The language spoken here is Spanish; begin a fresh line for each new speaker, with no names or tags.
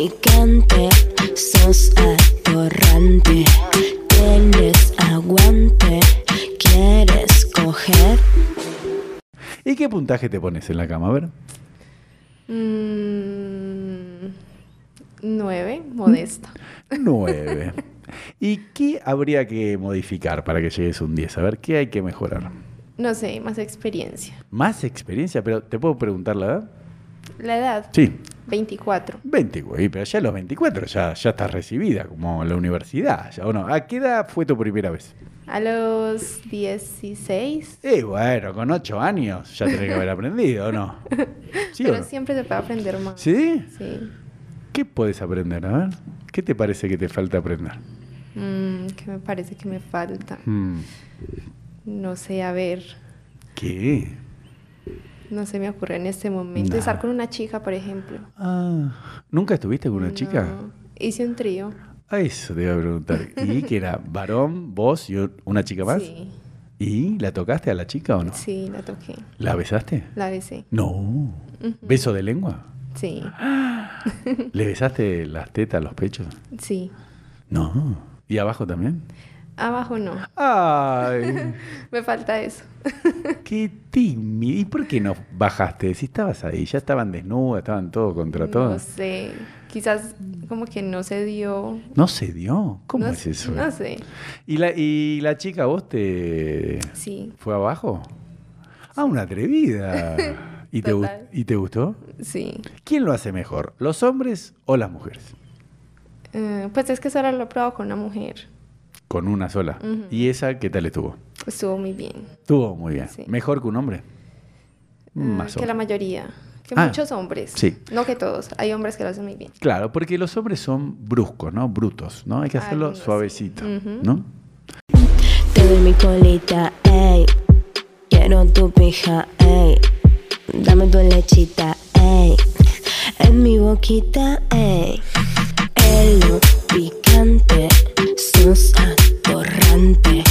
atorrante, sos atorrante. Tienes aguante, quieres coger.
¿Y qué puntaje te pones en la cama? A ver.
Mm, nueve, modesta.
Nueve. ¿Y qué habría que modificar para que llegues a un 10? A ver, ¿qué hay que mejorar?
No sé, más experiencia.
Más experiencia, pero ¿te puedo preguntar la edad?
La edad,
Sí.
24.
20, güey, pero ya a los 24 ya, ya estás recibida, como en la universidad, ya, ¿o no? ¿A qué edad fue tu primera vez?
A los 16.
Eh, bueno, con 8 años ya tenés que haber aprendido, ¿o no? ¿Sí o
pero
no?
siempre se puede aprender más.
¿Sí?
Sí.
¿Qué podés aprender? A ver, ¿qué te parece que te falta aprender?
Mm, ¿Qué me parece que me falta?
Hmm,
No sé, a ver.
¿Qué?
No se me ocurre en este momento.
Nah.
Estar con una chica, por ejemplo.
Ah, ¿Nunca estuviste con una
No.
chica?
Hice un trío.
A eso te iba a preguntar. ¿Y que era varón, vos y un- una chica más?
Sí,
¿Y la tocaste a la chica o no?
sí, la toqué.
¿La besaste?
La besé.
No. ¿Beso de lengua?
Sí,
¿Le besaste las tetas, los pechos?
sí.
No. ¿Y abajo también?
Abajo no.
Ay,
Me falta eso.
qué tímido. ¿Y por qué no bajaste? Si estabas ahí, ya estaban desnudas, estaban todo contra
No
todos.
sé. Quizás como que no se dio.
No se dio. ¿Cómo
No-
es eso?
No sé.
¿Y, la, ¿Y la chica vos te...
Sí,
fue abajo? Ah, una atrevida. ¿Y te, gu-
Total.
¿Y te gustó?
sí.
¿Quién lo hace mejor, los hombres o las mujeres?
Eh, pues es que solo lo he probado con una mujer.
Con una sola.
Ujú.
¿Y esa qué tal estuvo?
Estuvo muy bien.
Estuvo muy bien.
Sí.
¿Mejor que un hombre?
Eh,
Más o
que la
menos.
mayoría. Que
Ah,
muchos hombres.
sí.
No que todos. Hay hombres que lo hacen muy bien.
Claro, porque los hombres son bruscos, ¿no? Brutos, ¿no? Hay que hacerlo
Algunos sí.
suavecito,
Ujú.
¿no?
Te doy mi colita, ey. Quiero tu pija, ey. Dame tu lechita, ey. En mi boquita, ey. Elo picante, sos atorrante.